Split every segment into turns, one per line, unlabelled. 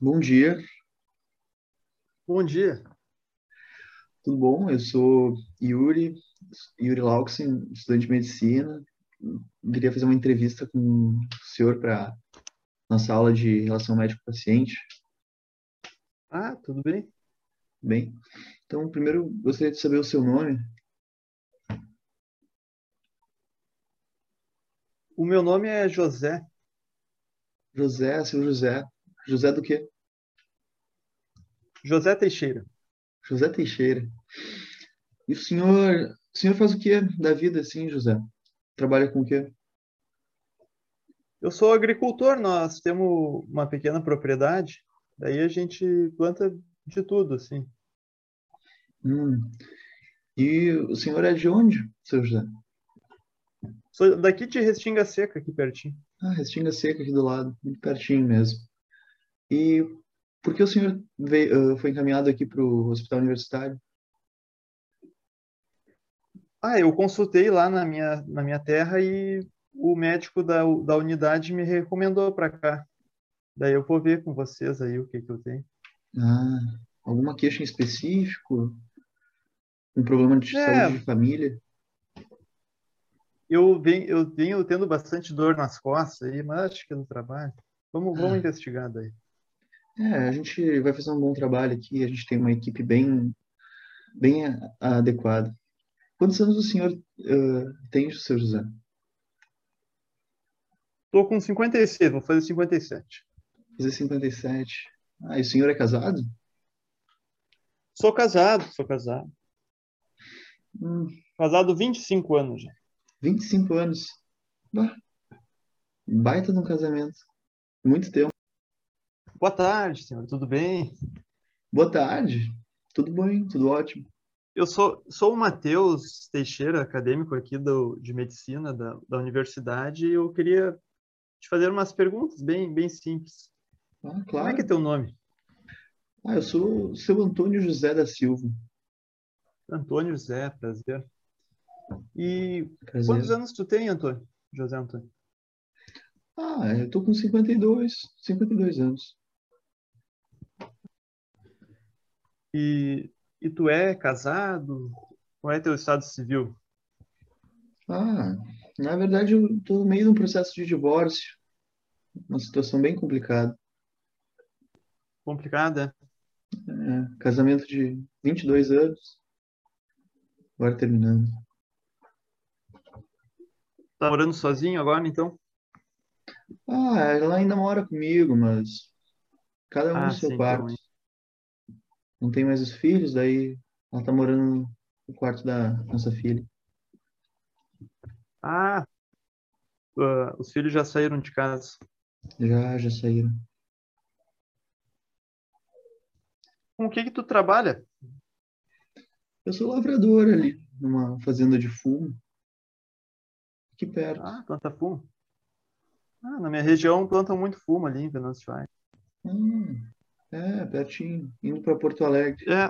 Bom dia,
Bom dia.
tudo bom? Eu sou Yuri, Yuri Lauksen, estudante de medicina. Queria fazer uma entrevista com o senhor para nossa aula de relação médico-paciente,
Ah, tudo bem?
tudo bem? Então, primeiro, gostaria de saber o seu nome.
O meu nome é José,
José, seu José. José do quê?
José Teixeira.
José Teixeira. E o senhor, o senhor faz o quê da vida, assim, José? Trabalha com o quê?
Eu sou agricultor, nós temos uma pequena propriedade, daí a gente planta de tudo, assim.
Hum. E o senhor é de onde, seu José?
Sou daqui de Restinga Seca, aqui pertinho.
Ah, Restinga Seca aqui do lado, muito pertinho mesmo. E por que o senhor veio, ah, foi encaminhado aqui para o hospital universitário?
Ah, eu consultei lá na minha, na minha terra e o médico da, u- da unidade me recomendou para cá. Daí eu vou ver com vocês aí o que que eu tenho.
Ah, alguma queixa em específico? Um problema de
É.
saúde de família?
Eu venho, eu venho tendo bastante dor nas costas aí, mas acho que é do trabalho. Vamos, vamos
Ah.
investigar daí.
É, a gente vai fazer um bom trabalho aqui, a gente tem uma equipe bem, bem a- adequada. Quantos anos o senhor ah, tem, seu José?
Tô com 56, vou fazer 57.
Fazer 57. Ah, e o senhor é casado?
Sou casado, sou casado.
Hum,
Casado 25 anos já.
25 anos. Bah, baita de um casamento. Muito tempo.
Boa tarde, senhor, tudo bem?
Boa tarde. Tudo bem, tudo ótimo.
Eu sou, sou o Matheus Teixeira, acadêmico aqui do, de medicina da, da universidade, e eu queria te fazer umas perguntas bem, bem simples.
Ah,
Como é que é
claro.
teu nome?
Ah, eu sou o seu Antônio José da Silva.
Antônio José, prazer. E
Prazer.
quantos anos tu tem, Antônio? José Antônio.
Ah, eu tô com 52, 52 anos.
E, e tu é casado? Qual é teu estado civil?
Ah, na verdade eu tô no meio de um processo de divórcio. Uma situação bem complicada.
Complicada?
É, casamento de 22 anos. Agora terminando.
Tá morando sozinho agora, então?
Ah, ela ainda mora comigo, mas cada um
Ah,
no seu
sim,
quarto.
então, hein.
Não tem mais os filhos, daí ela tá morando no quarto da nossa filha.
Ah, ah, os filhos já saíram de casa.
Já, já saíram.
Com o que que tu trabalha?
Eu sou lavrador ali, numa fazenda de fumo, aqui perto.
Ah, planta fumo. Ah, na minha região plantam muito fumo ali em Venâncio Aires.
Hum, é, pertinho, indo para Porto Alegre.
É,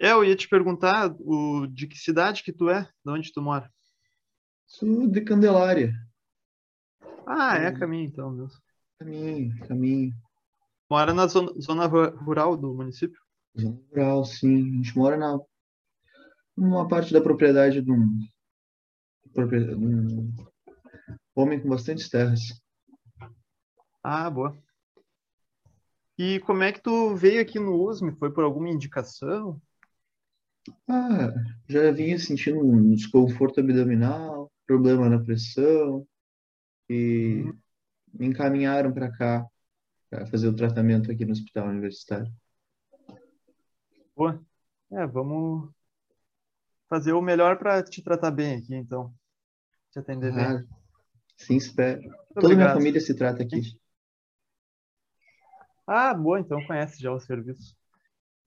é, eu ia te perguntar o, de que cidade que tu é, de onde tu mora.
Sou de Candelária.
Ah, é
Hum.
caminho então mesmo.
Caminho, caminho.
Mora na zona, zona ru- rural do município?
Zona rural, sim. A gente mora na, numa parte da propriedade de um, propria- de um homem com bastantes terras.
Ah, boa. E como é que tu veio aqui no USM? Foi por alguma indicação?
Ah, já vinha sentindo um desconforto abdominal, problema na pressão, e me encaminharam para cá, para fazer o tratamento aqui no hospital universitário.
Boa. É, vamos fazer o melhor para te tratar bem aqui, então. Te atender bem.
Ah, sim, espero.
Muito
Toda minha
obrigado.
família se trata aqui.
Ah, boa, então conhece já o serviço.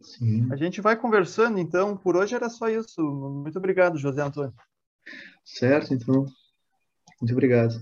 Sim.
A gente vai conversando, então. Por hoje era só isso. Muito obrigado, José Antônio.
Certo, então. Muito obrigado.